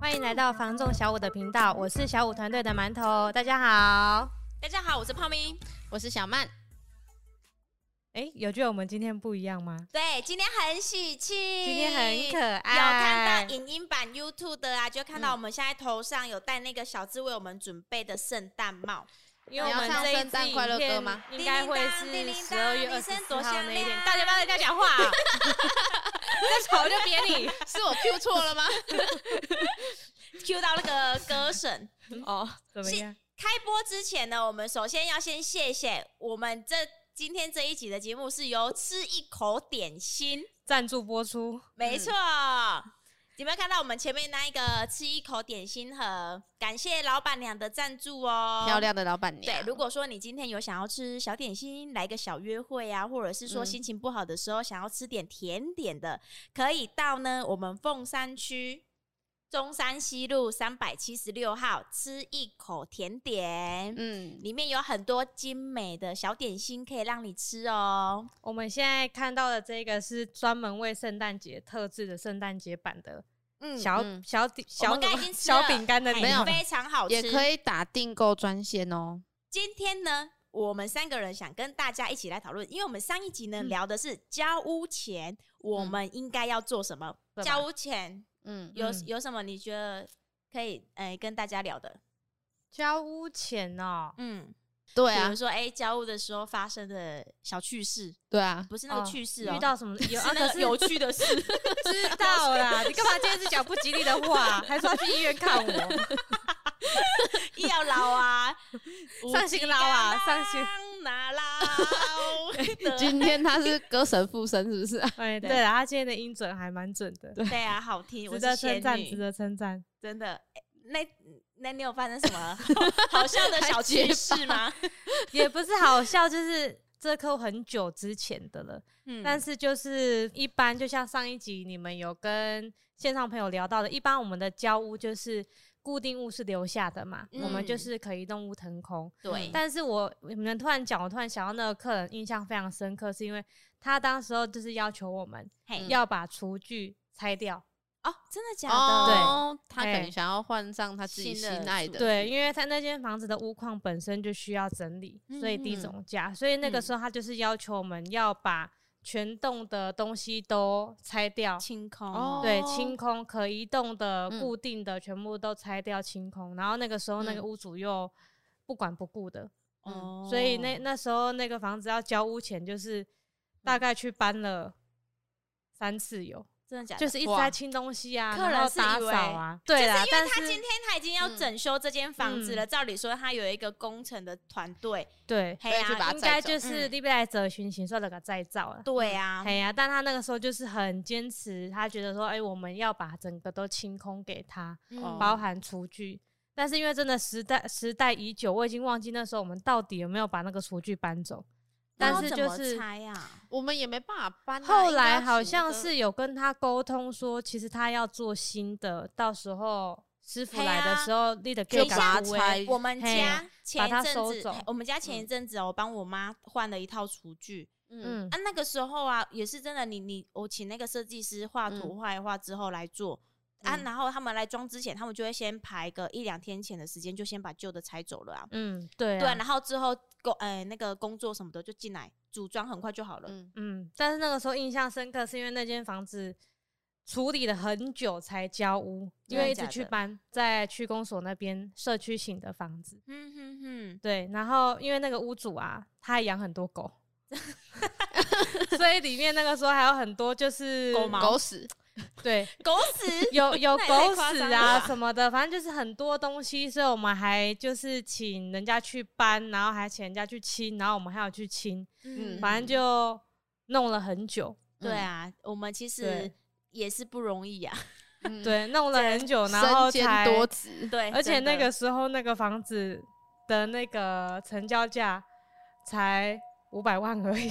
欢迎来到房仲小五的频道，我是小五团队的馒头，大家好。大家好，我是泡咪，我是小曼。哎，有觉得我们今天不一样吗？对，今天很喜庆，今天很可爱，有看到影音版 YouTube 的啊，就看到我们现在头上有戴那个小智为我们准备的圣诞帽，因为我们你要唱这一圣诞支快乐影片歌吗应该会叮是铃当十二月二铃十声四多号响那一天亮，大家不要跟人家讲话、 啊，再吵就别理。是我 Q 错了吗？ Q 到那个歌神。哦，怎么样？开播之前呢，我们首先要先谢谢我们这今天这一集的节目是由吃一口点心，赞助播出，没错。嗯有没有看到我们前面那一个吃一口点心盒？感谢老板娘的赞助哦， 漂亮的老板对娘，，如果说你今天有想要吃小点心，来个小约会啊，或者是说嗯心情不好的时候想要吃点甜点的，可以到呢我们凤山区中山西路三百七十六号吃一口甜点。嗯，里面有很多精美的小点心可以让你吃哦。我们现在看到的这个是专门为圣诞节特制的圣诞节版的嗯，小、嗯小我小们刚已经吃了小饼干的礼哎没有盒非常好吃，也可以打订购专线哦。今天呢，我们三个人想跟大家一起来讨论，因为我们上一集呢、嗯聊的是交屋前我们应该要做什么。对吧交屋前嗯，有、嗯有什么你觉得可以呃跟大家聊的？交屋前哦，嗯，对比啊如，说哎、交屋的时候发生的小趣事，对 啊，不是那哦个趣事哦，遇到什么有 是啊？那可个是有趣的事。知道 啦，你干嘛今天是讲不吉利的 话？还说要去医院看 我？要捞啊，上心捞啊上心拿 捞。今天他是歌神附身，是不 哦是？哎，对了，他今天的音准还蛮准的，对啊，好听，我值得是称仙赞，女值得称赞。真的。欸那那你有发生什么好好笑的小趣事吗？ 也不是好笑，就是这颗很久之前的了， 嗯但是就是一般，就像上一集你们有跟线上朋友聊到的，一般我们的交屋就是固定物是留下的嘛，我们嗯就是可以动物腾空。对，但是我你们突然讲，我突然想到那个客人印象非常深刻，是因为他当时候就是要求我们嘿要把厨具拆掉，哦，真的假的？哦，他可哎能想要换上他自己心爱的，对，因为他那间房子的屋况本身就需要整理，所以低嗯嗯总价，所以那个时候他就是要求我们要把全栋的东西都拆掉。清空哦对，清嗯空可移动的、嗯固定的，全部都拆掉清空。然后那个时候，那个嗯屋主又不管不顾的，哦嗯所以那那时候那个房子要交屋前，就是大概去搬了三次有，真的假的？就是一直哇在清东西啊，客人然后是打以扫为啊，对啦。因但为他今是嗯天他已经要整修这间房子了，照理说他有一个工程的团队，对，嘿所以去把呀，它应该载走就是嗯你本来走寻行说那个再造了。对啊，哎呀、但他那个时候就是很坚持，他觉得说，哎、我们要把整个都清空给他，嗯包含厨具。但是因为真的时代时代已久，我已经忘记那时候我们到底有没有把那个厨具搬走。但是就那要怎是么拆呀，我们也没办法搬啊。后应该来要好请像一个是有跟他沟通说，其实他要做新的，到时候师傅嘿来的啊时候，你得就给把它赶拆，我们嘿呀家前一把它阵收子走，我们家前一阵子哦，我帮我妈换了一套厨具，嗯嗯啊，，那个时候啊，也是真的你，你我请那个设计师画图嗯画一画之后来做、啊，嗯然后他们来装之前，他们就会先排个一两天前的时间，就先把旧的拆走了啊。嗯，对、啊，对啊，然后之后工呃那个工作什么的就进来组装，很快就好了。嗯，嗯，但是那个时候印象深刻，是因为那间房子处理了很久才交屋，因真的为一假直的去搬，在区公所那边社区型的房子。嗯哼哼，对，然后因为那个屋主啊，他还养很多狗，所以里面那个时候还有很多就是狗毛狗屎，对，狗屎 有有那也太狗夸屎张了啊吧什么的，反正就是很多东西，所以我们还就是请人家去搬，然后还请人家去清，然后我们还有去清，嗯，反正就弄了很久。对啊，我们其实嗯对也是不容易啊。嗯，对，弄了很久，然后身兼才，多 职，对，而且哎真的那个时候那个房子的那个成交价才五百万 而已，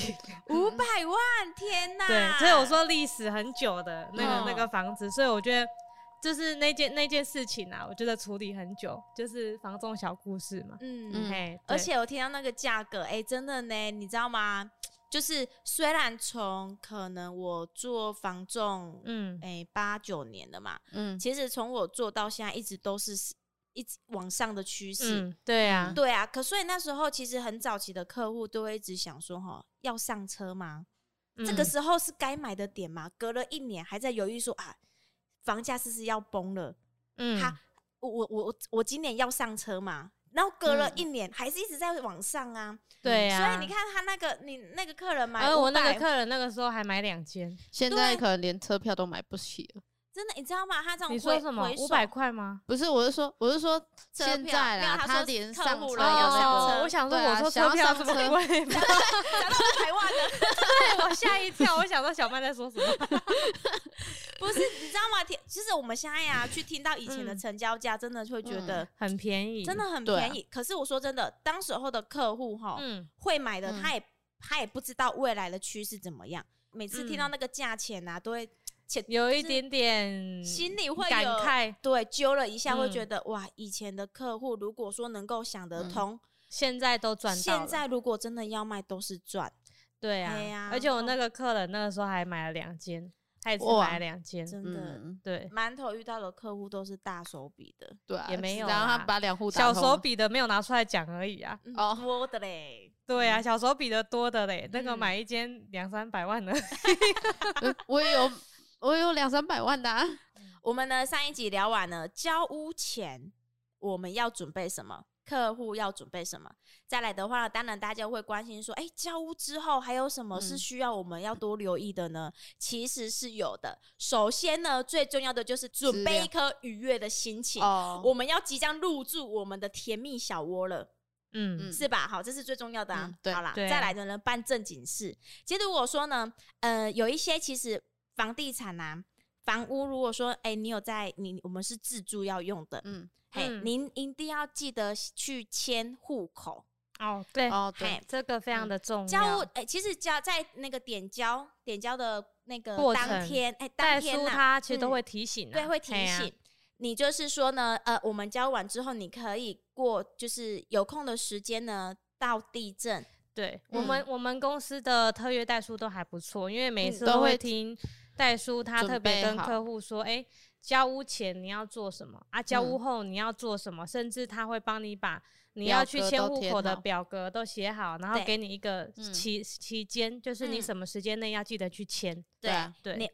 五百万，天哪！对，所以我说历史很久的那个、嗯那个房子，所以我觉得就是那件那件事情啊，我觉得处理很久，就是房仲小故事嘛，嗯嗯嘿，而对且我听到那个价格，哎、真的呢，你知道吗？就是虽然从可能我做房仲，嗯，哎八九年了嘛，嗯，其实从我做到现在一直都是一直往上的趋势。嗯，对啊，对啊，可所以那时候其实很早期的客户都会一直想说，哈，要上车吗？这个嗯时候是该买的点吗？隔了一年还在犹豫说啊，房价是不是要崩了？嗯，他我我我我今年要上车嘛，然后隔了嗯一年、还是一直在往上啊，对啊，所以你看他那个你那个客人买而500，我那个客人那个时候还买两间，现在可能连车票都买不起了。真的你知道吗？他这种你说回什么回五首百块吗？不是，我是说，我是说车现票在没有啦，他说连客上户车啦要上车那个哦我想说，对啊我说想车要票上这么车 贵吗，讲到台湾 的，对我吓一跳，我想说小曼在说什么？不是你知道吗？天其实我们现在呀、去听到以前的嗯成交价，真的会觉得很便宜， 真的，很对啊便宜。可是我说真的，当时候的客户哈，嗯，会买的，嗯他也他也不知道未来的趋势怎么样。每次听到嗯那个价钱啊，都会有一是点点心里会感有慨，对揪了一下，会嗯觉得哇，以前的客户如果说能够想得通，现在都赚到现了，在如果真的要卖都是赚，对啊，哎呀而且我那哦个客人那个时候还买了两间，他也只哇买了两间，真的。嗯，对，馒头遇到的客户都是大手笔的，对啊，也没有然后他啦把两户打小通手了，笔的没有拿出来讲而已啊。嗯哦多的嘞。对啊，小手笔的多的嘞，那个嗯买一间两三百万的，呃我也有我有两三百万的啊，我们呢上一集聊完了交屋前我们要准备什么，客户要准备什么。再来的话，当然大家会关心说，哎、交屋之后还有什么是嗯需要我们要多留意的呢？其实是有的。首先呢，最重要的就是准资备料一颗愉悦的心情。哦，我们要即将入住我们的甜蜜小窝了，嗯，是吧？好，这是最重要的啊。嗯对好啦，对啊再来的呢，办正经事。其实如果说呢，呃，有一些其实房地产啊，房屋，如果说，哎、你有在你我们是自住要用的，嗯嘿，嗯您一定要记得去迁户口。哦，对，哦嘿对，这个非常嗯的重交要屋，。哎、其实交在那个点交点交的那个过当程天，哎、代当天啊书呐、他其实嗯都会提醒啊，对，会提嘿啊醒。。你就是说呢，呃，我们交完之后，你可以过，就是有空的时间呢，到地震，对嗯我们我们公司的特约代书都还不错，因为每嗯次都都会会听代书他准特别备跟好客户说，哎，交屋前你要做什么啊？交屋嗯后你要做什么？甚至他会帮你把你表要去格迁都户填口的好表格都写好，然后对给你一个嗯期期间，就是你嗯什么时间内要记得去签。对啊对，你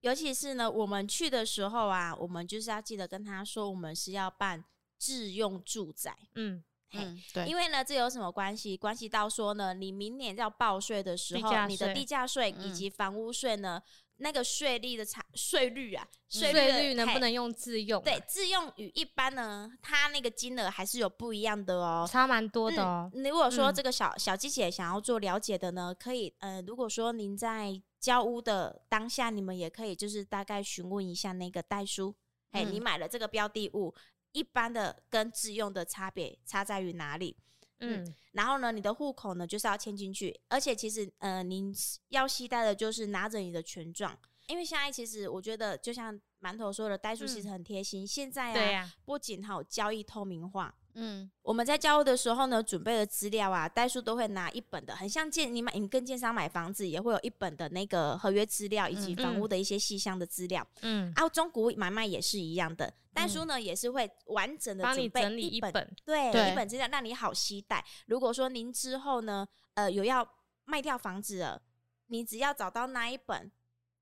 尤其是呢，我们去的时候啊，我们就是要记得跟他说，我们是要办自用住宅，嗯，嘿嗯对，因为呢，这有什么关系？关系到说呢，你明年要报税的时地候，价你的税地价税以嗯及房屋税呢，那个税率的差税率啊，税嗯税率的率能嘿不能用自用啊？对自用与一般呢，它那个金额还是有不一样的哦。差蛮多的哦。嗯。如果说嗯这个小小鸡姐想要做了解的呢，可以呃，如果说您在交屋的当下，你们也可以就是大概询问一下那个代书，哎、你嗯买了这个标的物，一般的跟自用的差别差在于哪里？嗯嗯，然后呢，你的户口呢就是要迁进去，而且其实呃，您要携带的就是拿着你的权状，因为现在其实我觉得就像馒头说的，代书其实很贴心，现在啊，嗯对呀、不仅好交易透明化，嗯我们在交屋的时候呢，准备的资料啊，代数都会拿一本的，很像建你买你跟建商买房子也会有一本的那个合约资料，以及嗯房屋的一些细项的资料。嗯，啊，中古买卖也是一样的，代书呢也是会完整的帮你准备整理一一本，本。对，对一本资料让你好携带。如果说您之后呢，呃，有要卖掉房子了，你只要找到那一本，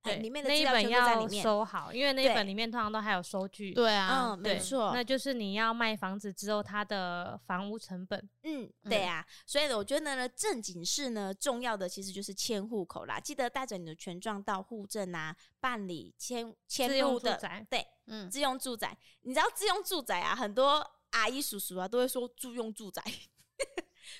呃对，里面的那资一料本全部在里要面。收好，因为那一对本里面通常都还有收据。对啊嗯，，对没错，那就是你要卖房子之后，它的房屋成本。嗯，对嗯啊，所以呢我觉得呢，正经事呢，重要的其实就是迁户口啦，记得带着你的权状到户政啊办理迁自迁用入住的宅对嗯自用住宅。你知道自用住宅啊，很多阿姨叔叔啊都会说住用住宅，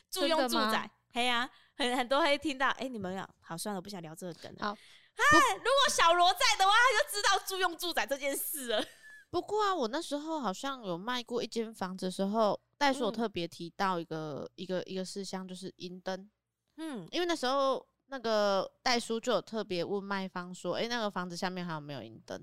住真用的住吗宅，嘿呀、很很多会听到，哎、你们要好算了，不想聊这个梗了。好哎如果小罗在的话，他就知道住用住宅这件事了。不过啊，我那时候好像有卖过一间房子的时候，袋鼠有嗯特别提到一个、一个一个事项，就是银灯，嗯，因为那时候那个袋叔就有特别问卖方说，诶，那个房子下面还有没有银灯？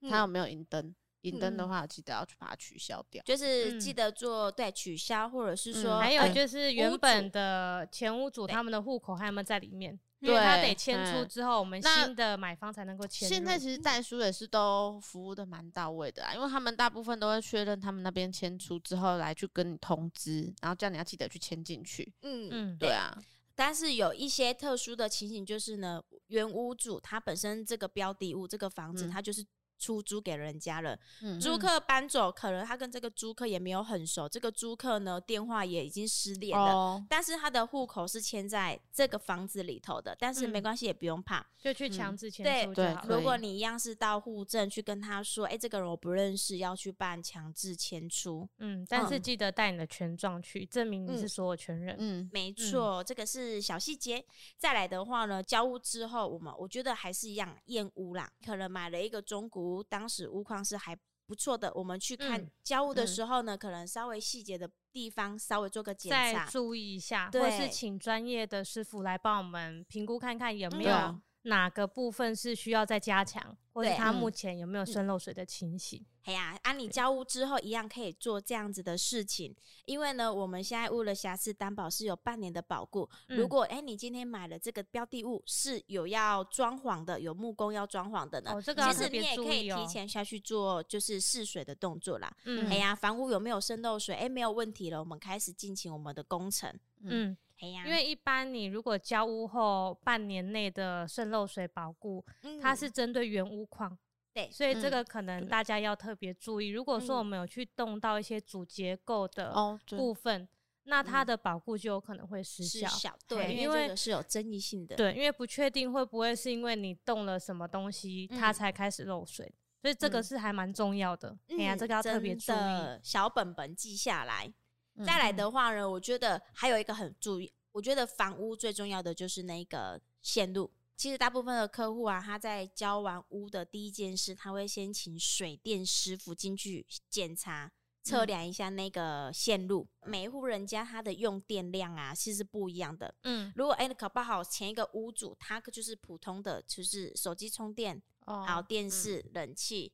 嗯它有没有银灯？银灯的嗯话，记得要去把它取消掉。就是记嗯得做、对取消，或者是说、嗯还有呃就是原屋本主的前屋主对他们的户口还有没有在里面？因为他对得迁出嗯之后，我们那新的买方才能够迁入。现在嗯其实代书也是都服务的蛮到位的啊，因为他们大部分都会确认他们那边迁出之后来去跟你通知，然后叫你要记得去迁进去。嗯嗯，对啊，但是有一些特殊的情形，就是呢，原屋主他本身这个标的物、这个房子，嗯他就是出租给人家了，嗯，租客搬走，可能他跟这个租客也没有很熟，这个租客呢电话也已经失联了。哦，但是他的户口是迁在这个房子里头的，但是没嗯关系，也不用怕。就去嗯强制迁对出就对好了。如果以你一样是到户政去跟他说，哎、这个人我不认识，要去办强制迁出，嗯，但是嗯记得带你的权状去，证明你嗯是所有权人。嗯，没错，这个是小细节。再来的话呢，交屋之后，我们我觉得还是一样验屋啦。可能买了一个中古屋，当时屋况是还不错的，我们去看嗯交屋的嗯时候呢，可能稍微细节的地方稍微做个检再查。注意一下，或是对请专业的师傅来帮我们评估看看有没嗯对有啊哪个部分是需要再加强，或是对他嗯目前有没有渗漏水的情形。哎呀，安、你交屋之后一样可以做这样子的事情，因为呢，我们现在屋的瑕疵担保是有半年的保固。如嗯果哎、你今天买了这个标的物是有要装潢的，有木工要装潢的呢，哦，这个要其特实你别也注可以意哦提。前下去做就是试水的动作啦。嗯哎呀，房屋有没有渗漏水？哎，没有问题了，我们开始进行我们的工程。嗯，哎呀，因为一般你如果交屋后半年内的渗漏水保固，嗯它是针对原屋况，对所以这嗯个可能对大家要特别注意。如果说我嗯们有去动到一些主结构的哦，对，部分，那它嗯的保固就有可能会失是效。小哎对，因因为为这个是有争议性的。对，因为不确定会不会是因为你动了什么东西，它嗯才开始漏水，所以这个嗯是还蛮重要的。哎嗯，呀，这个要特别注真意。的小本本记下来。嗯再来的话呢，我觉得还有一个很注意，我觉得房屋最重要的就是那个线路。其实大部分的客户啊，他在交完屋的第一件事，他会先请水电师傅进去检查。测嗯量一下那个线路，每一户人家他的用电量啊，其实是不一样的。嗯，如果哎、搞不好前一个屋主他就是普通的，就是手机充电，哦然后电视、冷气，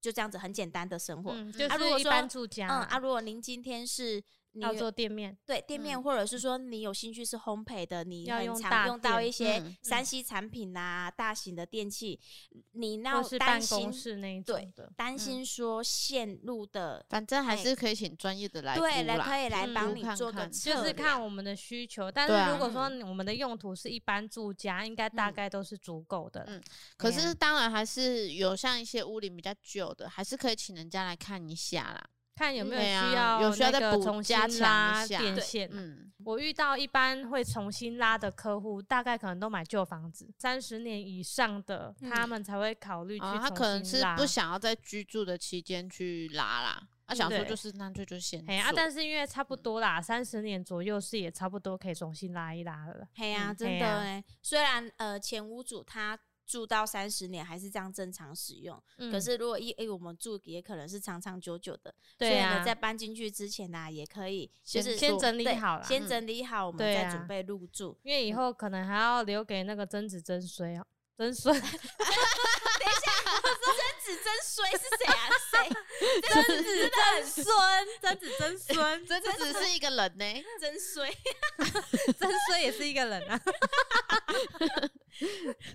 就这样子很简单的生活。嗯嗯，就啊如是果一说般住家嘛嗯啊，如果您今天是你要有做店面，对店面，嗯或者是说你有兴趣是烘焙的，你要很用常大用到电一些嗯三 C 产品啊、大型的电器，嗯你那或是担办公心室嗯那一对种的。担心说线路的，反正还哎是可以请专业的来对，估来啦可以来嗯帮估你看做个看测就是看量我们的需求，但对是啊如果说你我们的用途是一般住家，应该大嗯概都是足够的。嗯可哎呀是当然还是有像一些屋龄比较久的，还是可以请人家来看一下啦。看嗯有没对啊需要有需要那再个补重加新强一拉下电对线啊。嗯，我遇到一般会重新拉的客户，大概可能都买旧房子，三十年以上的，嗯哦他们才会考虑去重啊，新拉。他可能是不想要在居住的期间去拉啦，他想说对就是干脆就先哎做。呀、啊，但是因为差不多嗯啦，三十年左右是也差不多可以重新拉一拉了。嘿呀、嗯真嘿的呀哎、虽然呃前屋主他住到三十年还是这样正常使用，嗯可是如果一哎、我们住也可能是长长久久的，所对以呢啊，在搬进去之前呢、也可以就先是先做整理对好啦，先嗯整理好，我们对再啊准备入住。因为以嗯后可能还要留给那个曾子曾孙哦，曾孙 曾子曾孙是谁啊？谁？ 曾子曾孙， 曾子曾孙，这这只是一个人呢、曾孙。曾孙也是一个人啊。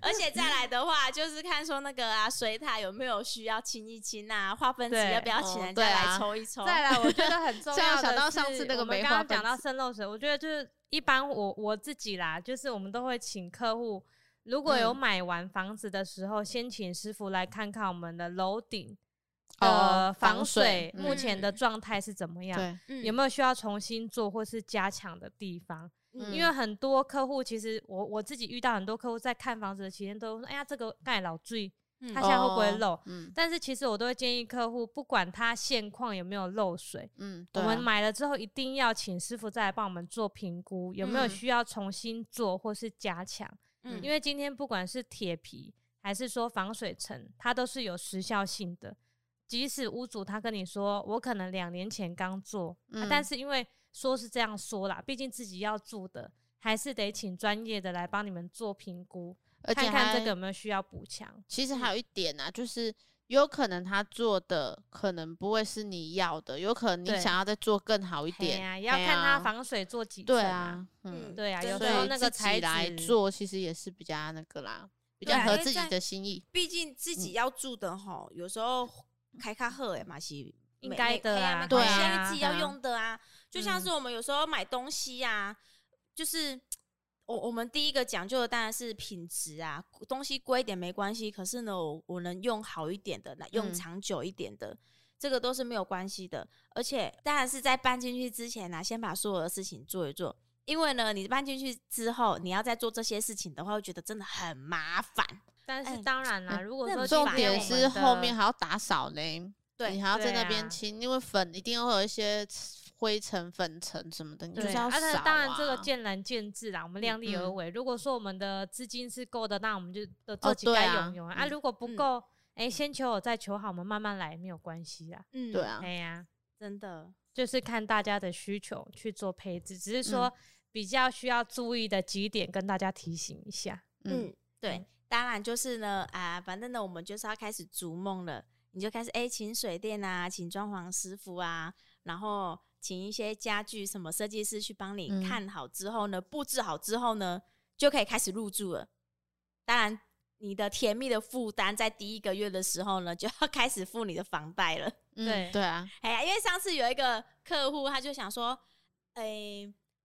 而且再来的话，就是看说那个啊，水塔有没有需要清一清啊，化粪池对要不要哦请人家对来啊抽一抽？再来，我觉得 很重这样要的想到是上次那个我们梅刚花刚讲分到渗漏水，我觉得就是一般我我自己啦，就是我们都会请客户，如果有嗯买完房子的时候，先请师傅来看看我们的楼顶哦的防防水水目嗯前的状态是怎么样，对，嗯有没有需要重新做或是加强的地方。嗯因为很多客户其实我我自己遇到很多客户在看房子的期间都说，哎呀，这个盖老醉，嗯它现在会不会哦漏？嗯但是其实我都会建议客户，不管他现况有没有漏水，嗯，我对啊、们买了之后一定要请师傅再来帮我们做评估，有没有嗯需要重新做或是加强。嗯因为今天不管是铁皮还是说防水层，它都是有时效性的。即使屋主他跟你说，我可能两年前刚做、啊嗯但是因为说是这样说啦，毕竟自己要住的，还是得请专业的来帮你们做评估，而且看看这嗯还个有没有需要补强。其实还有一点啊，就是有可能他做的可能不会是你要的，有可能你对想要再做更好一嘿点，呀，要嘿看啊它防水做几对层啊，嗯，对啊，真有所时的哦候以那个自己材来质做其实也是比较那个啦，比对较啊合因为自己在的心意。毕竟自己要住的吼，有时候开卡赫哎嘛是嗯应没该没的嘿啊嗯没对关系因啊为自己要对啊用的啊。就像是我们有时候买东西啊，就是我我们第一个讲究的当然是品质啊，东西贵一点没关系，可是呢，我我能用好一点的，那用嗯长久一点的。这个都是没有关系的，而且当然是在搬进去之前呢、啊先把所有的事情做一做，因为呢，你搬进去之后，你要再做这些事情的话，会觉得真的很麻烦。但是哎当然啦，如果那说很今重把天点我们是后的面还要打扫呢，对你还要在对那啊边清，因为粉一定会有一些灰尘、粉尘什么的，你就对是要扫、啊那啊。当然这个见仁见智啦，我们量力而嗯为。如果说我们的资金是够的，那我们就都哦做几对该啊用用啊。啊嗯如果不嗯够，哎，先求有再求好，我们慢慢来，没有关系啦。嗯对，啊，哎呀，真的，就是看大家的需求去做配置，只是嗯说比较需要注意的几点跟大家提醒一下。嗯，嗯，对嗯，当然就是呢，啊，反正呢，我们就是要开始逐梦了，你就开始哎、请水电啊，请装潢师傅啊，然后请一些家具什么设计师去帮你嗯看好之后呢，布置好之后呢，就可以开始入住了。当然，你的甜蜜的负担在第一个月的时候呢，就要开始付你的房贷了。嗯对对啊，哎呀，因为上次有一个客户，他就想说，哎、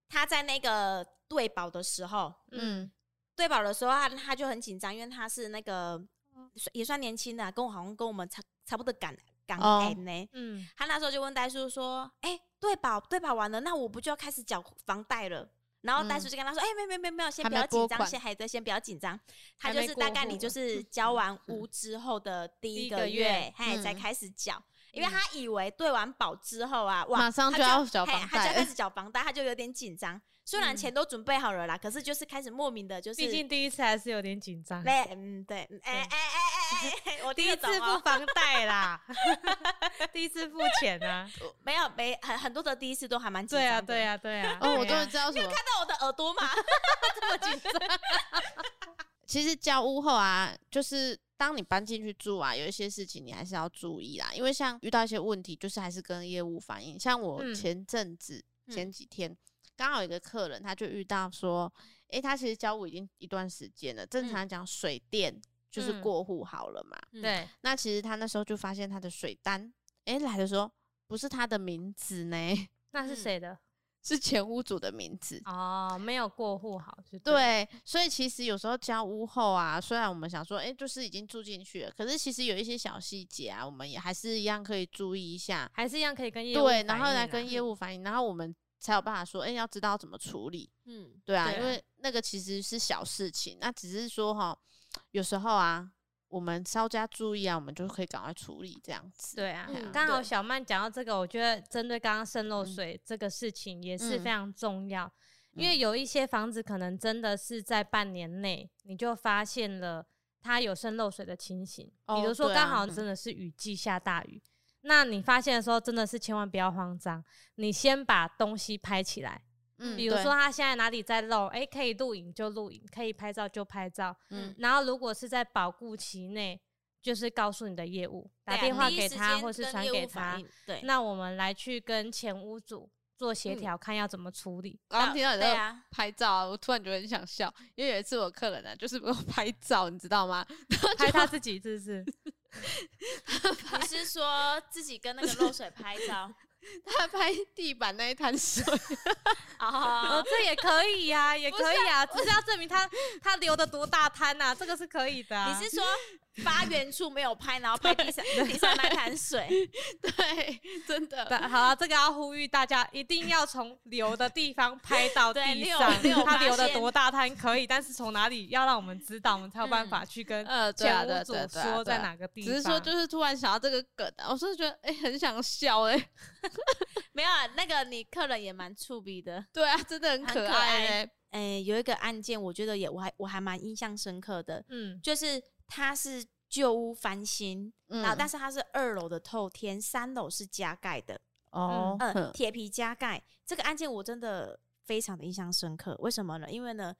他在那个对保的时候，嗯对保的时候，他他就很紧张，因为他是那个嗯也算年轻的啊、跟我好像跟我们差差不多赶赶哦年呢。嗯，他那时候就问戴叔说：“哎、对保对保完了，那我不就要开始缴房贷了？”然后戴叔就跟他说：“哎、没没没没有，先嗯还不没要紧拨张，款先还对，先不要紧张。他还就没是过大概你户嗯就是交完屋之后的第第一一个个月月，他也才嗯开始缴，因为他以为对完保之后啊，哇，马上他就要缴嘿房他就要贷开始缴房贷，他就有点紧张。虽然嗯钱都准备好了啦，可是就是开始莫名的，就是毕竟第一次还是有点紧张，对，嗯，对，嗯哎哎哎哎哎，我第第一一次次付哦不，房 贷啦，第一次付钱啊，没有没很很多的第一次都还蛮紧对张啊的。对啊，啊对啊。哦，我哎终于呀知道什么。看到我的耳朵嘛， 其实交屋后啊，就是当你搬进去住啊，有一些事情你还是要注意啦，因为像遇到一些问题，就是还是跟业务反映。像我嗯前阵子、嗯前几天刚好有一个客人，他就遇到说，诶、他其实交屋已经一段时间了，正常讲水电就是嗯过户好了嘛，对，那其实他那时候就发现他的水单，诶、来的时候不是他的名字呢， 那是嗯谁的？是前屋主的名字。哦，没有过户好就了对，所以其实有时候交屋后啊，虽然我们想说，哎、就是已经住进去了，可是其实有一些小细节啊，我们也还是一样可以注意一下。还是一样可以跟业务对，然反后映啊来啦跟业务反映，然后我们才有办法说，哎、要知道怎么处理。嗯，对啊，对因啊为那个其实是小事情，那只是说哈，有时候啊，我们稍加注意啊，我们就可以赶快处理这样子。对啊嘿啊，刚好对小曼讲到这个，我觉得针对刚刚渗漏水这个事情也是嗯非常重要，因为有一些房子可能真的是在半年内你就发现了它有渗漏水的情形，比哦如说对啊刚好嗯真的是雨季下大雨，那你发现的时候真的是千万不要慌张，你先把东西拍起来，嗯比如对说它现在哪里在漏，诶，可以录影就录影，可以拍照就拍照，嗯然后如果是在保固期内，就是告诉你的业务，打对啊电话第一给时他间或是跟传业给务反他，映，对，嗯那我们来去跟前屋主做协调，看要怎么处 理。刚刚听到你对在啊，拍照啊，我突然觉得很想笑，因为有一次我客人啊，就是给我 拍照，你知道吗？拍 他自己是不是？ 你是说自己跟那个漏水拍 照 他拍地板那一 滩水，哦啊？，这也可以呀、也不是可以啊，只是要证明 他他留的多大滩呐、这个是可以的、啊。你是说发源处没有拍，然后拍地上地上那滩水？ 对，真对的。好啊，这个要呼吁大家一定要从流的地方拍到 对地你有上你有，他发流的现多大滩可以，但是从哪里要让我们知道，我们才有嗯办法去跟呃，对啊，前对啊屋主对啊对啊说对在啊哪个地方。只是说就是突然想到这个梗啊，我是觉得哎、很想笑哎、 没有啊，那个你客人也蛮触鼻的。对啊，真的很很可可爱爱哎、哎，有一个案件，我觉得也我还我还蛮印象深刻的，嗯，就是他是旧屋翻新，嗯然后但是它是二楼的透天，三楼是加盖的，哦，嗯，哼铁皮加盖。这个案件我真的非常的印象深刻，为什么呢？因为呢，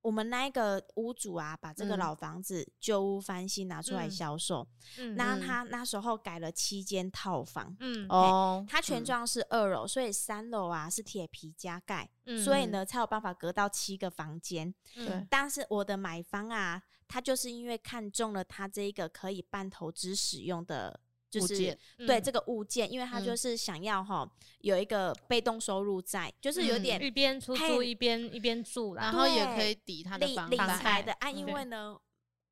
我们那一个屋主啊，把这个嗯老房子旧屋翻新拿出来嗯销售，嗯那嗯他那时候改了七间套房，嗯哦，它全嗯幢是二楼，所以三楼啊是铁皮加盖，嗯所以呢才有办法隔到七个房间。对但是我的买方啊，他就是因为看中了他这一个可以办投资使用的，就物是件嗯对这个物件，因为他嗯就是想要哈有一个被动收入在，就是有嗯点一边出租嘿一边一边住啦然。后也可对以抵他的理房理贷财的啊，嗯因对为呢。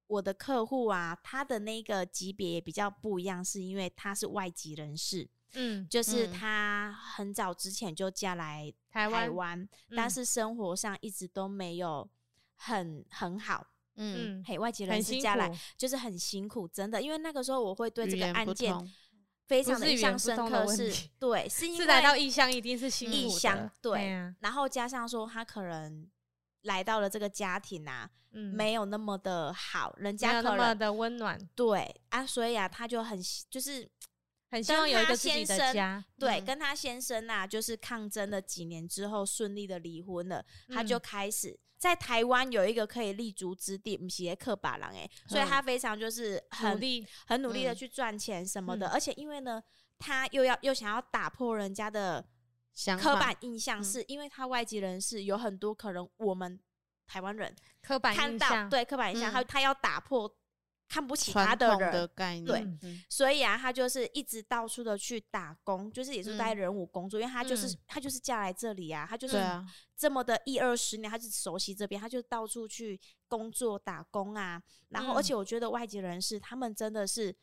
我的客户啊，他的那个级别也比较不一样，是因为他是外籍人士，嗯，就是嗯他很早之前就嫁来台台湾，湾，嗯但是生活上一直都没有很很好。嗯，嗯，嘿，外籍人很士辛嫁来苦，就是很辛苦，真的。因为那个时候我会对这语个言案不件通非不常的是印语言象不深通的刻问是，题对，是因是为来到异乡一定是辛苦异的乡对啊，然后加上说他可能来到了这个家庭啊，嗯，没没有那么的好，人有家那可么能的温暖，对啊，所以啊，他就很希就是很希望有一他个自己先的生家。对，嗯跟他先生啊，就是抗争了几年之后，顺利的离婚了，他就嗯开始在台湾有一个可以立足之地，不是克巴郎哎，所以他非常就是嗯努很力，很努力的嗯去赚钱什么的，嗯而且因为呢，他又要又想要打破人家的想刻法板印象，嗯是因为他外籍人士有很多可能我们台湾人刻板看印到象，对刻板印象，他嗯他要打破看不起他传的统人，的概念，对嗯，嗯所以啊，他就是一直到处的去打工，就是也是在嗯人武工作，因为他就是、嗯他就是嫁来这里啊，他就是对啊，这么的一二十年，他就熟悉这边，他就到处去工作打工啊。然后，嗯而且我觉得外籍人士他们真的是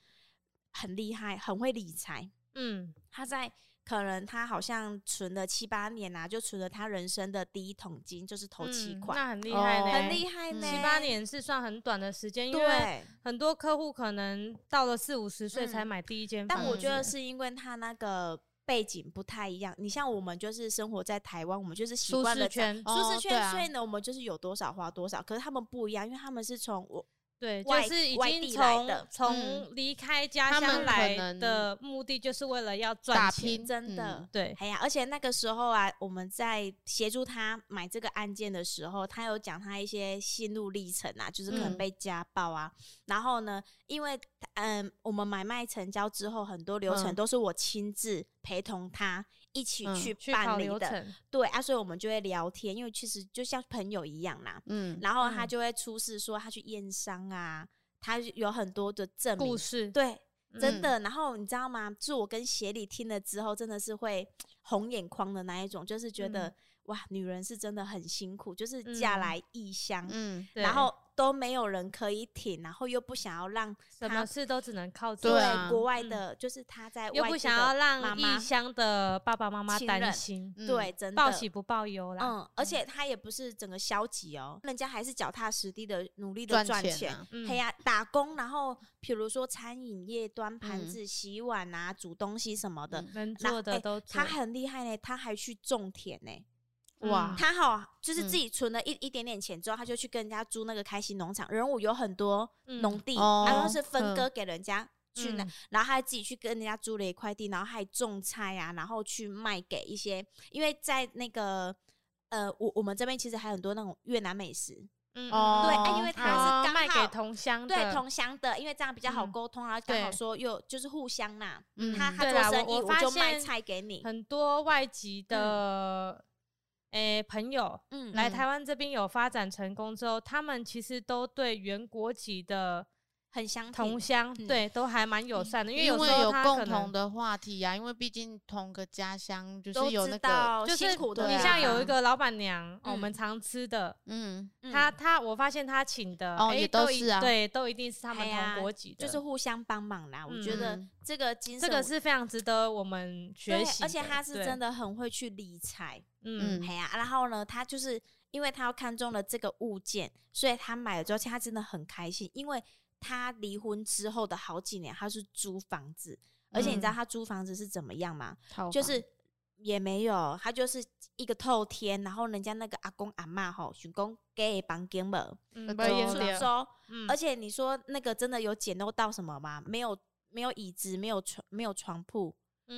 很厉害，很会理财。嗯，他在可能他好像存了七八年啊，就存了他人生的第一桶金，就是投期嗯款，那很厉害哦嘞，很厉害嗯呢、七八，年是算很短的时间，因为对。很多客户可能到了四五十岁嗯才买第一间房但子。我觉得是因为他那个背景不太一样。你像我们就是生活在台湾，我们就是习舒惯了适圈，哦舒适对圈，啊所以呢，我们就是有多少花多少。可是他们不一样，因为他们是从我对，就外是已外经地来从的嗯从离开家他们乡可来能的目的，就是为了要赚打钱。拼真的。嗯对，哎呀，而且那个时候啊，我们在协助他买这个案件的时候，他有讲他一些心路历程啊，就是可能嗯被家暴啊，然后呢，因为嗯、我们买卖成交之后，很多流程嗯都是我亲自陪同他一起嗯去去跑办理流的，程，对啊，所以我们就会聊天，因为其实就像朋友一样啦。嗯，然后他嗯就会出示说他去验伤啊，他有很多的证故明，事，对，真嗯的。然后你知道吗？就是我跟协理听了之后，真的是会红眼眶的那一种，就是觉得、嗯哇，女人是真的很辛苦，就是嫁嗯来异乡，嗯，对然后都没有人可以挺，然后又不想要让什他么事都只能靠自对己对、啊国外嗯的，就是他在又外不地想的要妈让妈异乡的爸爸妈妈亲担人心，嗯对，，真的报喜不报忧啦。嗯，而且他也不是整个消极哦，人家还是脚踏实地的努力的赚赚钱钱。啊，嗯嘿呀、打工，然后比如说餐饮业端盘嗯子、洗碗啊、煮东西什么的，嗯能那做哎的都做他。很厉害呢。他还去种田呢，哇，他好就是嗯自己存了一一点点钱之后，他就去跟人家租那个开心农场。人武有很多嗯农地，哦然后是分嗯割给人家去拿，嗯然后他还自己去跟人家租了一块地，然后还种菜啊，然后去卖给一些，因为在那个呃，我我们这边其实还有很多那种越南美食，嗯哦对，啊因为他他是是刚卖好给同乡的，对同乡的，因为这样比较好嗯沟通，然后刚好对说又就是互相呐，嗯他对他做啦生我意我我发就卖现菜给你，很多外籍的诶、朋友嗯，来台湾这边有发展成功之后，他们其实都对原国籍的很相同同，乡、嗯对都还蛮友善的，因为有时有候他共可同能。的话题啊，因为毕竟同个家乡，就都是有知那个，道就是辛苦的啊你地像方有一，个老板娘、哦我嗯们常吃的，嗯，嗯她她我发现她请的哦诶也都都一是啊对，都一定是他们哎呀同国籍的，就是互相帮忙啦。我觉得嗯这个精这神，个是非常值得我们学对习的，而且他是对真，的很会去理财。嗯嗯哎呀，然后呢，他就是因为他要看中了这个物件，所以他买了之后，其实他真的很开心，因为他离婚之后的好几年，他是租房子，而且你知道嗯他租房子是怎么样吗？套就房是。也没有，他就是一个透天，然后人家那个阿公阿嬷吼，想讲给房间无，嗯，不那要种淹有出点掉，租嗯而且你说那个真的有简陋到什么吗？没有，没有椅子，没有床，没有床铺，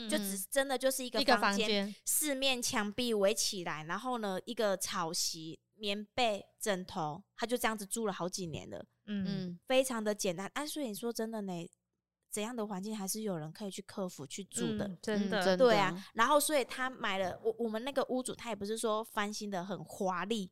就只嗯是真的就是一个一个房房间，间，四面墙壁围起来，然后呢，一个草席，棉被、枕头，他就这样子住了好几年了，嗯，嗯，非常的简单。哎、所以你说真的呢，怎样的环境还是有人可以去克服去住的。嗯真嗯的，真对的啊，然后所以他买了我我们那个屋主，他也不是说翻新的很华丽，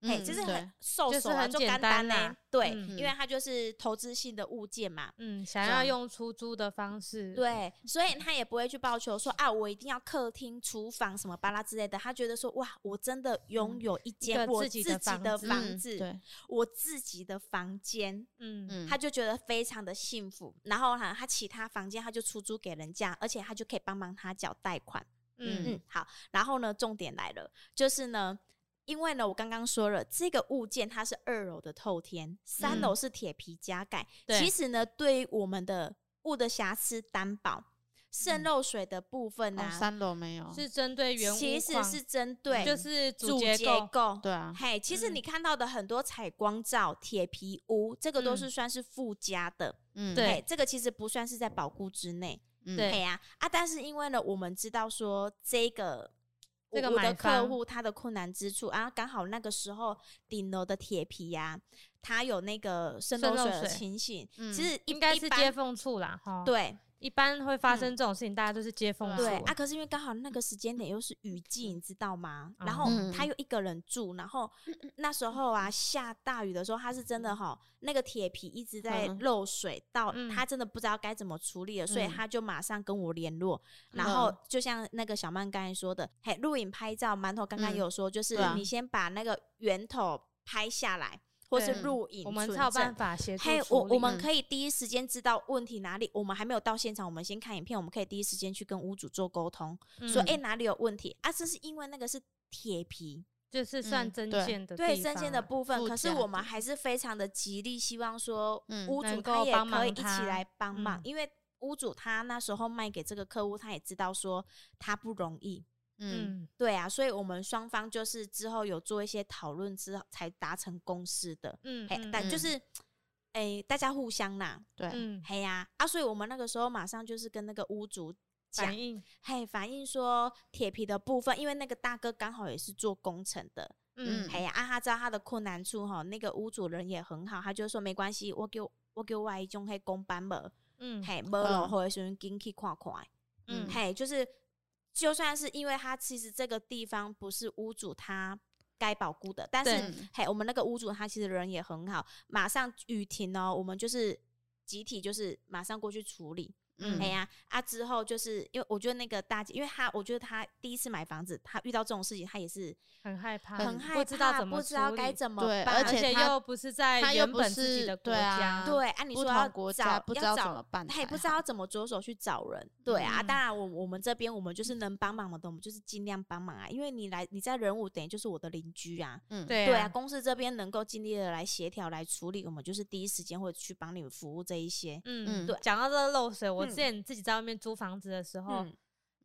哎、嗯就是对很瘦就是手啊，很就简干单单呢、啦对，嗯因为它就是投资性的物件嘛，嗯，想这要样用出租的方式，，啊对，所以他也不会去抱求说啊，我一定要客厅、厨房什么巴拉之类的。他觉得说哇，我真的拥有一间嗯个我自自己己的的房子房嗯子，对，我自己的房间，嗯，嗯，他就觉得非常的幸福。然后哈、他其他房间他就出租给人家，而且他就可以帮帮他缴贷款。嗯嗯嗯，好。然后呢，重点来了，就是呢，因为呢，我刚刚说了，这个物件它是二楼的透天，嗯三楼是铁皮加盖。对其实呢，对于我们的物的瑕疵担保、嗯渗漏水的部分哦啊，三楼没有，是针对原屋其实况是针对就是主主结构，构。对啊，嘿，其实嗯你看到的很多采光罩、铁皮屋，这个都是嗯算是附加的。嗯，对嘿这个其实不算是在保护之内。嗯对对呀、啊，但是因为呢，我们知道说这个这个我我买的客方户他的困难之处啊，刚好那个时候顶楼的铁皮呀、它有那个渗渗漏漏水的水情形，嗯其实一应该一是般接缝处啦，哈，，对嗯一般会发生这种事情，大家都是接缝处，对啊，可是因为刚好那个时间点又是雨季，你知道吗？然后嗯他又一个人住，然后那时候啊下大雨的时候，他是真的哈，那个铁皮一直在嗯漏水，到嗯他真的不知道该怎么处理了，所以嗯他就马上跟我联络。然嗯后就像那个小曼刚才说的，嘿，录影拍照，馒头刚刚嗯也有说，就是对啊你先把那个源头拍下来，或是对录影，我们才有办。法协助嘿，我处理我们嗯可以第一时间知道问题哪里，我们还没有到现场，我们先看影片，我们可以第一时间去跟屋主做沟通，说嗯哎、哪里有问题啊？这是因为那个是铁皮，就是算嗯增对建的地方啊，对增建的部分，附可是加我的们还是非常的极力希望说嗯屋主能他够也帮可以忙一起他来帮忙，嗯因为屋主他那时候卖给这个客户，他也知道说他不容易。嗯嗯，对啊，所以我们双方就是之后有做一些讨论之后才达成共识的。嗯嘿，嗯，但就嗯是，哎、大家互相啦，对，嗯嘿呀、啊，所以我们那个时候马上就是跟那个屋主讲反，应，嗯嘿，反映说铁皮的部分，因为那个大哥刚好也是做工程的，嗯嗯哎呀、啊，他知道他的困难处哈，那个屋主人也很好，他就说没关系，我给我我给我种迄公班无，嗯嘿，无落雨的时阵紧去看看，嗯嘿，就是就算是因为他其实这个地方不是屋主他该保护的，但对是嘿，我们那个屋主他其实人也很好，马上雨停哦，我们就是集体就是马上过去处理，嗯哎呀、啊，之后就是因为我觉得那个大姐，因为她我觉得她第一次买房子，她遇到这种事情，她也是很害怕，很害怕，嗯不知道怎么不知道处该理怎么对办，而而且且他又不是在他又原不本自己是的国对啊家，对啊，你不说要同国找家不要知道找怎么办嘿，才不知道怎么着手去找人，对啊，嗯当然我我们这边我们就是能帮忙的，我们就是尽量帮忙啊，因为你来你在人武等于就是我的邻居啊，嗯对对啊，，公司这边能够尽力的来协调来处理，我们就是第一时间会去帮你们服务这一些，嗯，嗯对。讲到这个漏水，我嗯之前自己在外面租房子的时候，嗯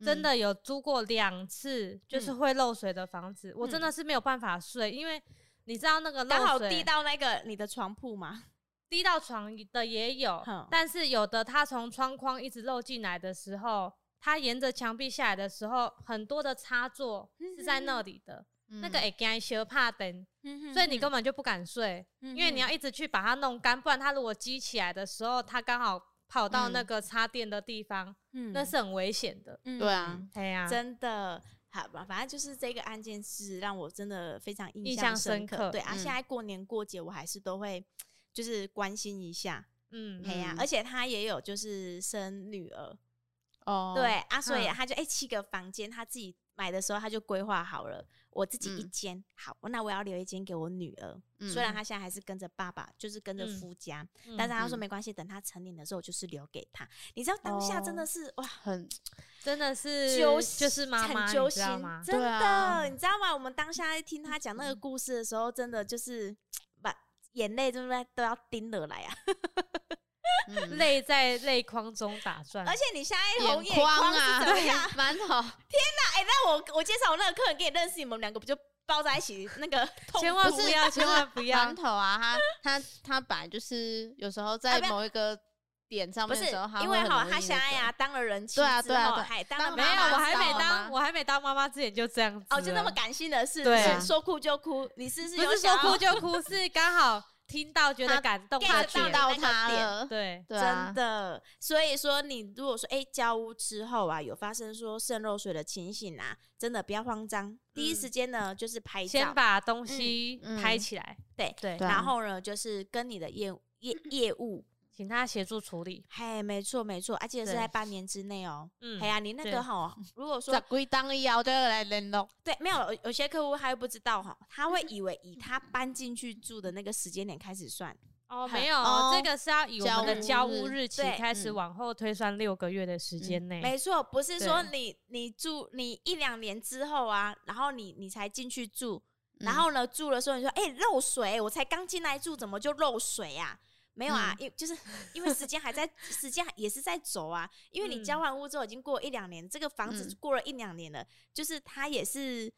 真的有租过两次，就是会漏水的房子，我真的是没有办法睡，因为你知道那个嗯刚好漏水递到那个你的床铺嘛，滴到床的也有哼，但是有的它从窗框一直漏进来的时候，它沿着墙壁下来的时候，很多的插座是在那里的，那个嗯也该修怕等，嗯所以你根本就不敢睡，因因为你要一直去把它弄干，不然它如果激起来的时候，它刚好跑到那嗯个插电的地方，那是很危险的。对啊，哎呀、嗯真的。好吧，反正就是这个案件是让我真的非常印印象象深刻。刻对啊，嗯现在过年过节我还是都会就是关心一下，嗯，哎呀、嗯而且他也有就是生女儿，哦，对啊，所以嗯他就哎、七个房间，他自己买的时候他就规划好了，我自己一嗯间，好，那我要留一间给我女儿。嗯虽然他现在还是跟着爸爸，就是跟着嗯夫家，但是嗯他说嗯没关系，等他成年的时候就是留给他。你知道当下真的哦是、哇， 很真的是揪就是妈妈，很你揪知心道吗，？真对的、啊你知道吗？我们当下在听他讲那嗯个故事的时候，真的就是把眼泪真的都要盯得来啊！嗯泪在泪框中打转，而且你现在红眼眼眶是啊，怎么对样？，馒头，哎、那我我介绍我那个客人给你认识，你们两个不就抱在一起那 个痛千万不不是 要，千万不要馒，头啊，他他他本来就是有时候在啊不要某一个点上不面是的时候，他因会为很好，容易他现那在个呀当了人妻对啊之对啊后对啊还当当了没妈有，啊妈我还知没道当，吗我还没当妈妈之前就这样子了。哦，就那么感性的事，对啊是说哭就哭，你是不是不有是说想哭要啊就哭，是刚好听到觉得他感动， get 他到他觉知点得道那个他点了，对，对啊真，的，所以说你如果说哎、交屋之后啊，有发生说渗漏水的情形啊，真的不要慌张，第一时间呢就是拍嗯先照，把东西嗯拍起来，对对对啊然后呢就是跟你的业务 业业务，请他协助处理。嘿，没错没错，啊，记得是对在半年之内哦。嗯哎，呀、你那对 个哈，如果说十几当以后就要来联络，对，没有有有些客户他又不知道哈，他嗯会以为以他搬进去住的那个时间点开始算，哦，很没有，哦这个是要以我们的交交屋屋日期对嗯开始嗯往后推算六个月的时间内。没错，不是说对你你住你一两年之后啊，然后你你才进去住，嗯然后呢住的时候你说哎、漏水，我才刚进来住怎么就漏水啊？没有嗯啊，因就是因为时间还在，时间也是在走啊。因为你交嗯换屋之后已经过一两年，这个房子嗯过了一两年了，就是它也是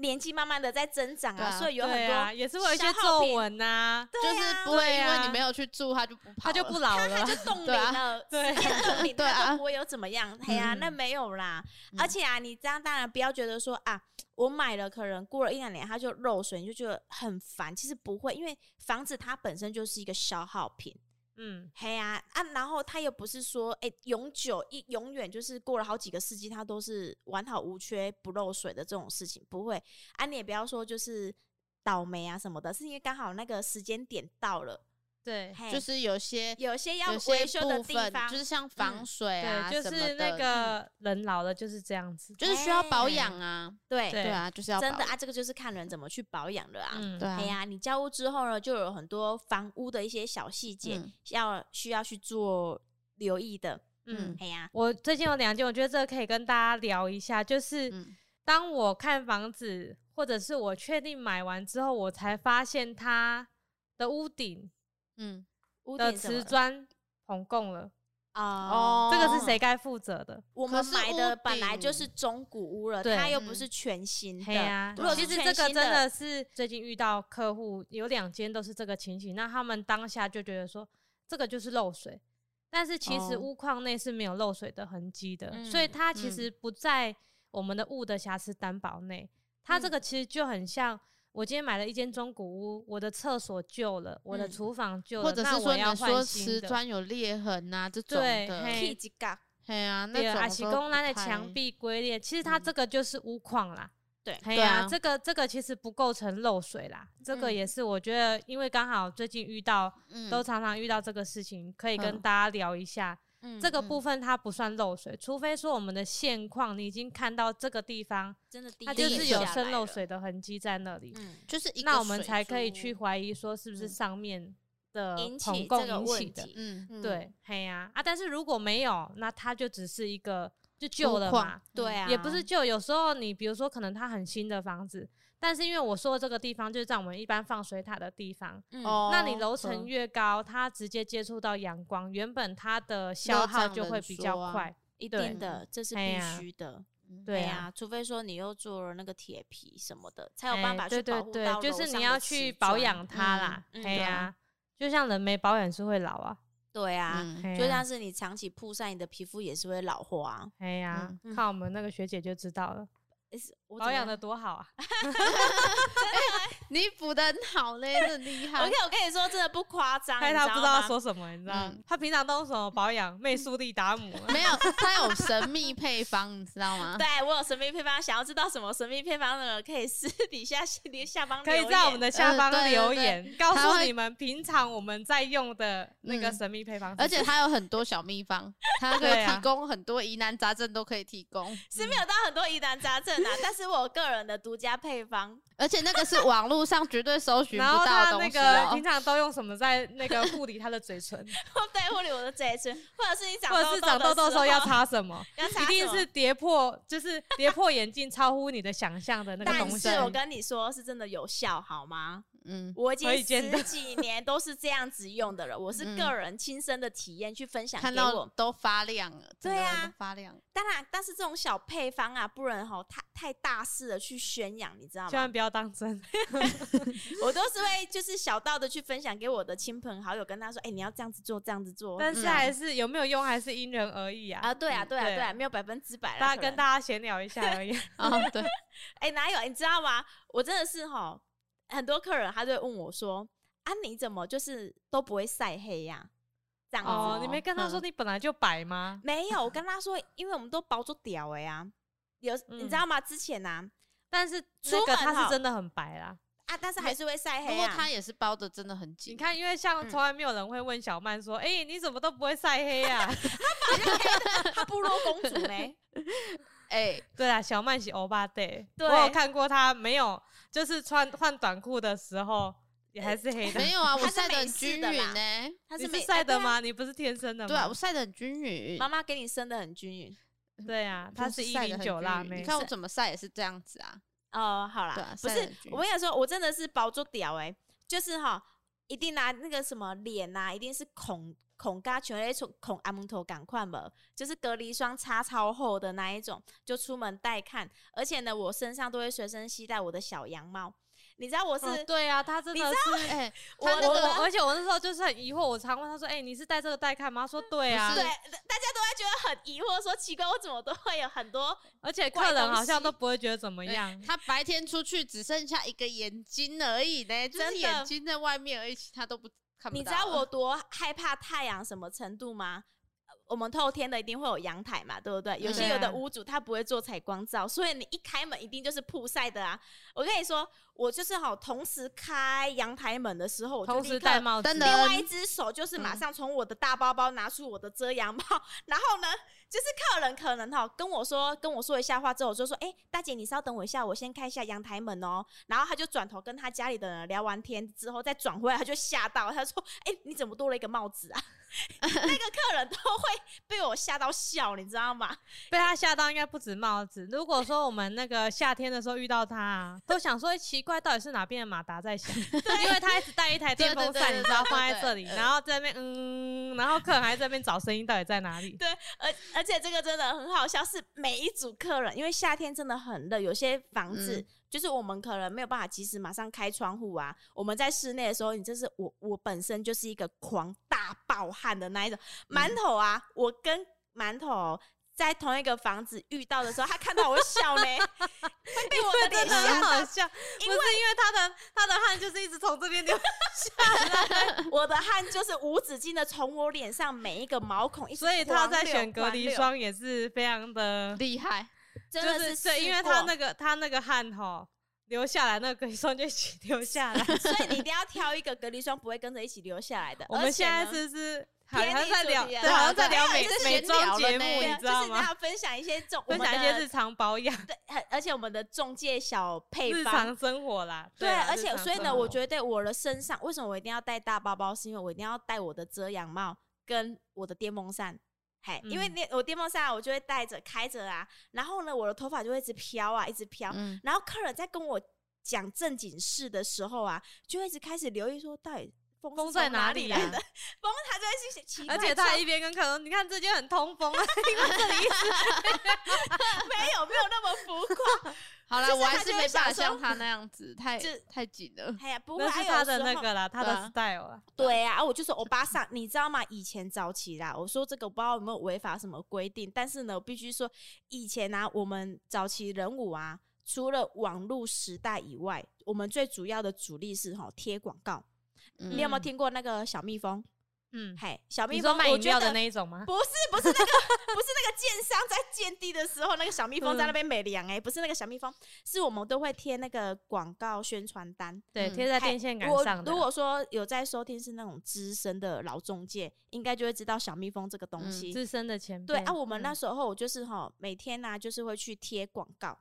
年纪慢慢的在增长对啊，啊所以有很对多啊，也是会有一些消耗品皱纹呐，就是不会因对为啊你没有去住，他就不跑他了，就不老了。就冻龄对啊了，对时间冻龄，对他啊都不会有怎么样。哎呀，嗯那没有啦。嗯而且啊，你这样当然不要觉得说啊，我买了可能过了一两年它就漏水，你就觉得很烦。其实不会，因为房子它本身就是一个消耗品。嗯，嘿呀啊然后它也不是说哎、永久一永远就是过了好几个世纪，它都是完好无缺不漏水的这种事情不会啊，你也不要说就是倒霉啊什么的，是因为刚好那个时间点到了，对嘿就是有些有些要有些维修的部地分方，就是像防水啊对，就什么是的，那嗯个人老了就是这样子。就是需要保养啊，对对对啊，就是要真的保养啊，这个就是看人怎么去保养了啊。嗯对，啊哎，呀，你交屋之后呢，就有很多房屋的一些小细节、嗯要需要去做留意的。嗯嗯，哎呀，我最近有两件，我觉得这个可以跟大家聊一下，就是嗯当我看房子，或者是我确定买完之后，我才发现它的屋顶嗯屋的顶什么瓷砖膨共了，哦，这个是？谁该负责的？我们可是买的屋本来就是顶中古屋了，对它又不嗯是全新的。嘿呀、如果其是实全这个新真的是最近遇到客户有两间都是这个情形，那他们当下就觉得说这个就是漏水，但是其实哦屋况内是没有漏水的痕迹的，所以嗯它其实不在我们的物的瑕疵担保内。它这嗯个其实就很像我今天买了一间中古屋，我的厕所旧了，我的嗯厨房旧了，或者那是我说要你说换新瓷的。砖有裂痕啊这种对的，嘿，K 几杠，嘿啊，那对种啊，喜公那那的墙，壁龟裂，其实它嗯这个就是屋况啦。对哎对呀、啊这个这个其实不构成漏水啦，这个嗯也是我觉得，因为刚好最近遇到，嗯都常常遇到这个事情，可以跟嗯大家聊一下。嗯这个部分它不算漏水，除非说我们的现况你已经看到这个地方，真的低它就滴是下有下渗来漏了，水的痕迹在那里，嗯，就是一个那我们水才可以珠去，怀疑说是不是嗯上面的引膨起这共个引起问的。题，嗯，嗯对，，嘿呀、啊，但是如果没有，那它就只是一个就旧屋了况嘛，对啊，嗯也不是旧，有时候你比如说可能它很新的房子，但是因为我说的这个地方就是在我们一般放水塔的地方，嗯哦，那你楼层嗯越高，它直接接触到阳光，原本它的消热耗胀就冷会比较缩啊快。一对定的，这是哎必呀须的。对哎啊呀，除非说你又做了那个铁皮什么的，才有哎办法对去保对护对到，就楼是上你要的去瓷保砖养它嗯啦，嗯哎对呀、啊就像人没保养是会老啊，对啊，嗯哎就呀像是你长期曝晒，你的皮肤也是会老化啊。哎呀、嗯看我们那个学姐就知道了，诶是我怎保么养的了多好啊，你补的很好嘞，真的厉害，OK，。我跟你说，真的不夸张，但你她不知道吗说什么，你知道吗嗯？她平常都用什么保养？魅速力达姆啊，没有，它有神秘配方，你知道吗？对我有神秘配方，想要知道什么神秘配方的，可以私底下留下 方可以留在我言们的下嗯方对对留对言，告它诉会你们平常我们在用的那个嗯神秘配方是什么，而且它有很多小秘方，它可对以啊提供很多疑难杂症都可以提供，是没有到很多疑难杂症啊，但是我个人的独家配方，而且那个是网络上绝对搜寻不然后到的他那东西个哦平。常都用什么在那个护理他的嘴 唇，对护理我的嘴唇，或者是你长或者是长痘痘的的时时候要，擦什 么，要擦一定什么是跌破，就是跌破眼镜，超乎你的想象的那个但东西是。我跟你说，是真的有效，好吗？嗯，我已经可以见到十几年都是这样子用的了，我是嗯个人亲身的体验去分享看给我到都发亮了，整对个人啊都发亮了。当然，但是这种小配方啊，不能吼太太大肆的去宣扬，你知道千万吗？不要当真。我都是会就是小道的去分享给我的亲朋好友，跟他说，哎、你要这样子做，这样子做。哦嗯嗯但是还是有没有用，还是因人而异啊。啊，对啊，对啊，对对啊，没有百分之百啦。大家可能跟大家闲聊一下 而已。啊， 对，哎、哪有？你知道吗？我真的是哈，很多客人他就会问我说：“啊，你怎么就是都不会晒黑呀、这样子、哦，你没跟他说嗯你本来就白吗？ 没有？我跟他说，因为我们都包着屌哎呀、有、嗯你知道吗？之前呐但是出那个门他哈是真的很白啦。啊，但是还是会晒不黑过啊它。也是包的真的很紧。你，看，因为像嗯从来没有人会问小曼说：“哎、你怎么都不会晒黑啊 他部落公主呢？哎，？”对啊，小曼是欧巴 day，对我有看过她没有，就是穿换短裤的时候也还是黑的。没 有啊，我它是晒美的很式均的匀啦呢。他你美是晒的？啊吗？你不是天生的吗？对啊，我晒的很均匀对啊。妈妈给你生的很均匀。对啊，她是一晒得零很九均辣匀妹你。看我怎么晒也是这样子啊。哦，好啦，对啊不晒得是很均，匀我跟你说，我真的是包着屌哎、就是哈，一定拿、那个什么脸呐、啊，一定是孔孔嘎全类从孔阿蒙头赶快嘛，就是隔离霜擦超厚的那一种，就出门带看。而且呢，我身上都会随身携带我的小羊毛，你知道我是、哦对啊，她真的是。哎，我它那我个我，而且我那时候就是很疑惑，我常问她说：“哎、你是戴这个戴看吗？”她说：“对啊。不对，是大家都会觉得很疑惑，说奇怪，我怎么都会有很多而且怪客人东好像西都不会觉得怎么样。他白天出去只剩下一个眼睛而已呢，就真是的眼睛在外面而已，其他都不看不到。啊你知道我多害怕太阳什么程度吗？呃我们透天的一定会有阳台嘛，对不对？有些对有的啊嗯屋主他不会做采光罩，所以你一开门一定就是曝晒的啊。我跟你说，我就是好，同时开阳台门的时候，我就同立时刻戴帽子，真另的外一只手就是马嗯上从我的大包包拿出我的遮阳帽， 然后呢，就是客人可能哈跟我说跟我说一下话之后，我就说，哎、大姐你稍等我一下，我先开一下阳台门哦。然后他就转头跟他家里的人聊完天之后再转回来，他就吓到，他说，哎、你怎么多了一个帽子啊？ 那个客人都会被我吓到笑，你知道吗？被他吓到应该不止帽子。如果说我们那个夏天的时候遇到他、啊，都想说、欸、奇怪，到底是哪边的马达在响？ 因为他一直带一台电风扇，对对对对你知道对对放在这里，对然后在那边嗯，然后客人还在那边找声音到底在哪里。对，而而且这个真的很好笑，是每一组客人，因为夏天真的很热，有些房子、嗯就是我们可能没有办法及时马上开窗户啊。我们在室内的时候，你就是我我本身就是一个狂大暴汗的那一种。嗯馒头啊，我跟馒头。在同一个房子遇到的时候，他看到我会笑呢，会被我的真脸的吓很到好笑，不是因为他的他的汗就是一直从这边流，我的汗就是无止境的从我脸上每一个毛孔一直所以他狂在流选隔狂离流霜也是非常的，厉害，真就的是对，试因为过他那个他那个汗吼流下来，那个隔离霜就一起流下 来。所以你一定要挑一个隔离霜不会跟着一起流下来的。我们而且现在呢是不是好偏像离在主聊，题啊对，好像在对聊哎美这是美闲妆聊了节呢目，对你啊，知道就是你吗？要分享一些中分享一些日是常保养、对，很呃而且我们的中介小配日方。常生活啦。对，啦啊而日且常所以呢，生活我觉得我的身上为什么我一定要带大包包，是因为我一定要带我的遮阳帽跟我的电风扇，嘿，因为嗯电我电风扇啊我就会带着开着啊，然后呢，我的头发就会一直飘啊，一直飘，嗯，然后客人在跟我讲正经事的时候啊，就会一直开始留意说到底风风是在从哪哪里来啊的，风他就会去奇怪而且说他还一边跟客人说，你看这间很通风啊，因为这里一直没有没有那么浮 夸，好 就了，是我他还是就没会办法想说像他那样 子，太这太紧 了。哎呀，不会那是他的有时那候个啦，他对的啊 style 啊。对啊，啊我就说欧巴桑，你知道吗？以前早期啦，我说这个我不知道有没有违法什么规定，但是呢，我必须说，以前啊，我们早期人物啊，除了网络时代以外，我们最主要的主力是哈贴广告。你有没有嗯听过那个小蜜蜂？嗯，嘿，小蜜你说蜂，卖我饮觉料得的那一种吗？ 不是不是那个不是那个建商在建地的时候，那个小蜜蜂在那边美粮哎、不是那个小蜜蜂，是我们都会贴那个广告宣传单。对，嗯贴在嗨电线杆我上的啦。如果说有在收听是那种资深的老中介，应该就会知道小蜜蜂这个东嗯西。资深的前辈对啊，我们那嗯时候我就是哈，每天呢、就是会去贴广告，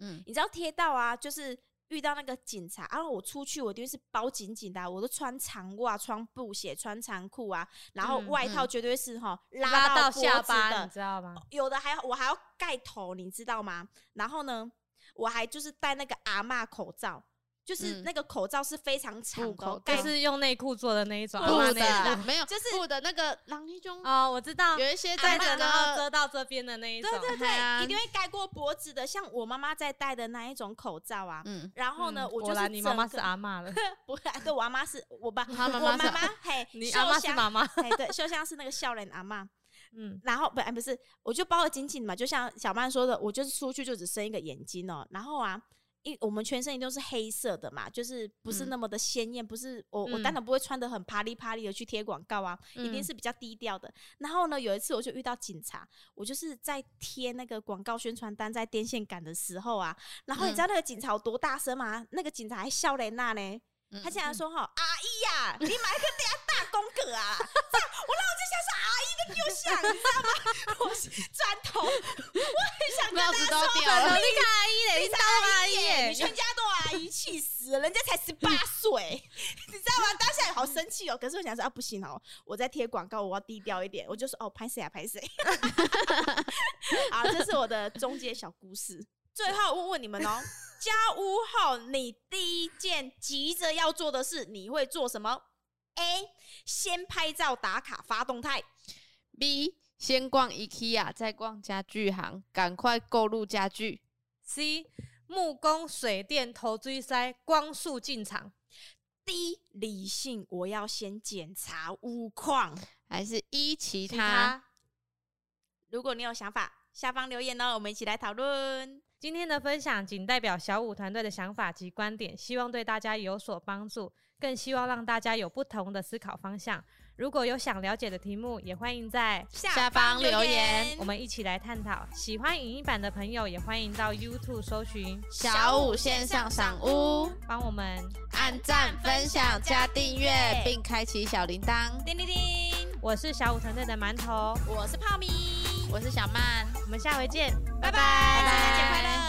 嗯，你知道贴到啊，就是遇到那个警察，然、后我出去我一定是包紧紧的啊、我都穿长袜、穿布鞋、穿长裤啊，然后嗯外套嗯绝对是哈、拉到到脖下子巴，的你知道吗？有的还我还要盖头，你知道吗？然后呢，我还就是戴那个阿嬷口罩，就是嗯那个口罩是非常长的口哦，罩盖就是用内裤做的那一种布阿嬷内的裤没有，就是啊布的那个狼衣中哦，我知道，有一些戴着在那然后个遮到这边的那一种对，对对，哎呀一定会盖过脖子的，像我妈妈在戴的那一种口罩啊。嗯，然后呢，嗯我就果是然你妈妈整是个阿嬷了， 不是，对我阿妈是我爸，他妈我妈妈妈是嘿， 你秀阿嬷是香妈妈，哎，对，就像是那个笑脸阿嬷，嗯，然后不哎不是，我就包的紧紧的嘛，就像小曼说的，我就是出去就只剩一个眼睛哦，然后啊。因我们全身一定都是黑色的嘛，就是不是嗯那么的鲜艳，不是我我嗯当然不会穿的很啪里啪里的去贴广告啊，一定嗯是比较低调的。然后呢，有一次我就遇到警察，我就是在贴那个广告宣传单在电线杆的时候啊，然后你知道那个警察有多大声吗？那个警察还笑雷娜呢，他讲竟然说哈、阿姨呀、你买个大大公格啊！这样我那我就想说阿姨的给我想，你知道吗？我转头，我很想跟帽他子说，都掉了，阿姨，你阿姨耶，耶你全家都阿姨，气死了！人家才十八岁， 你知道吗？当下也好生气哦。可是我想说啊，不行哦，我在贴广告，我要低调一点，我就说哦，拍谁啊，拍 谁。好，这是我的中介小故事。最后问问你们 哦，家屋后你第一件急着要做的事，你会做什么？A. 先拍照打卡发动态。 B 先逛 IKEA，再逛家具行，赶快购入家具。 C 木工、水电、头锥塞、光速进场， D. 理性，我要先检查屋况。还是一其其他他如果你有想法，下方留言哦，我们一起来讨论。今天的分享仅代表小五团队的想法及观点，希望对大家有所帮助，更希望让大家有不同的思考方向。如果有想了解的题目，也欢迎在下方留言我们一起来探讨。喜欢影音版的朋友，也欢迎到 YouTube 搜寻，小五线上赏屋，帮我们。按赞、分享、加订阅，并开启小铃铛。叮叮叮，我是小五团队的馒头，我是泡米，我是小曼，我们下回见，拜拜，拜圣诞节快乐。